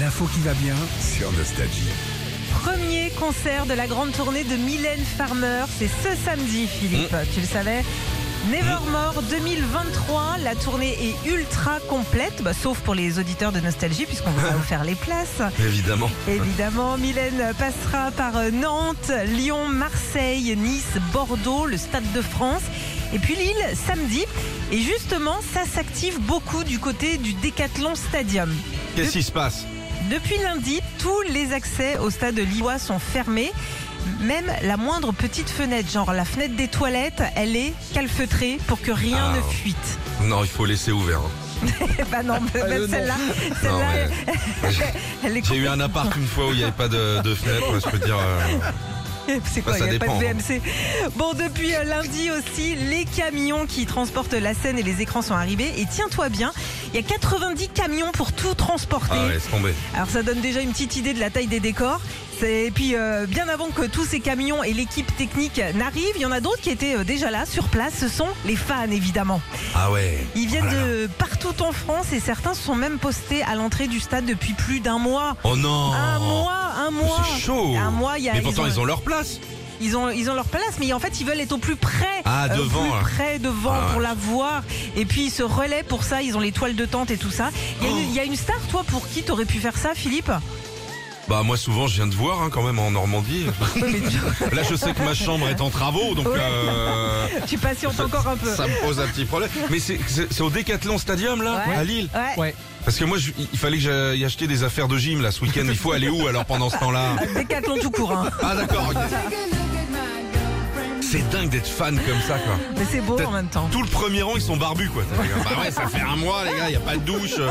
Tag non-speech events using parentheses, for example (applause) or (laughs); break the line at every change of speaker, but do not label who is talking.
l'info qui va bien.
sur Nostalgie.
Premier concert de la grande tournée de Mylène Farmer, c'est ce samedi, Philippe, tu le savais. Nevermore 2023, la tournée est ultra complète, bah, sauf pour les auditeurs de Nostalgie, puisqu'on vous a offert les places.
Évidemment.
Évidemment, Mylène passera par euh, Nantes, Lyon, Marseille, Nice, Bordeaux, le Stade de France. Et puis Lille, samedi. Et justement, ça s'active beaucoup du côté du Décathlon Stadium.
Qu'est-ce qui se passe
Depuis lundi, tous les accès au stade Lillois sont fermés. Même la moindre petite fenêtre, genre la fenêtre des toilettes, elle est calfeutrée pour que rien
Ah.
ne fuite. (laughs)
Non, il faut laisser ouvert. hein.
Eh ben non, même celle-là, celle-là,
euh, Non, mais-
(laughs) elle est
J'ai eu un appart une fois où il n'y avait pas de, de fenêtre, ouais, je peux te dire. euh,
C'est quoi,
Bah, ça
il n'y a
dépend,
pas de VMC Bon, depuis euh, lundi aussi, les camions qui transportent la scène et les écrans sont arrivés. Et tiens-toi bien, il y a 90 camions pour tout transporter.
Ah ouais, c'est tombé.
Alors ça donne déjà une petite idée de la taille des décors. C'est- Et puis, euh, bien avant que tous ces camions et l'équipe technique n'arrivent, il y en a d'autres qui étaient euh, déjà là, sur place. Ce sont les fans, évidemment.
Ah ouais.
Ils viennent
Oh là là.
de partout en France et certains se sont même postés à l'entrée du stade depuis plus d'un mois.
Oh non
Un mois, un
Mais
mois.
C'est chaud
Un mois, Ah, il y a,
Mais pourtant, ils ont leur place
ils ont, ils ont leur place, mais en fait, ils veulent être au plus près. euh,
Ah, devant,
Plus
là.
près, devant,
Ah,
pour
ouais.
la voir. Et puis, ils se relaient pour ça. Ils ont les toiles de tente et tout ça. Il y
Oh.
a, une, il y a une star, toi, pour qui t'aurais pu faire ça, Philippe
Bah, moi, souvent, je viens de voir hein, quand même
(laughs)
en Normandie. Là, je sais que ma chambre est en travaux, donc.
Ouais.
euh,
Tu patientes encore un peu.
Ça me pose un petit problème. Mais c'est- c'est c'est au Décathlon Stadium, là,
Ouais.
à Lille
Ouais.
Ouais.
Parce que moi, je- il fallait que j'aille acheter des affaires de gym, là, ce week-end. Il faut aller où, alors, pendant ce temps-là
Décathlon tout court. hein.
Ah, d'accord. ok. C'est dingue d'être fan comme ça, quoi.
Mais c'est beau en même temps.
Tout le premier rang, ils sont barbus, quoi. Bah ouais, ça fait un mois, les gars, il a pas de douche. euh.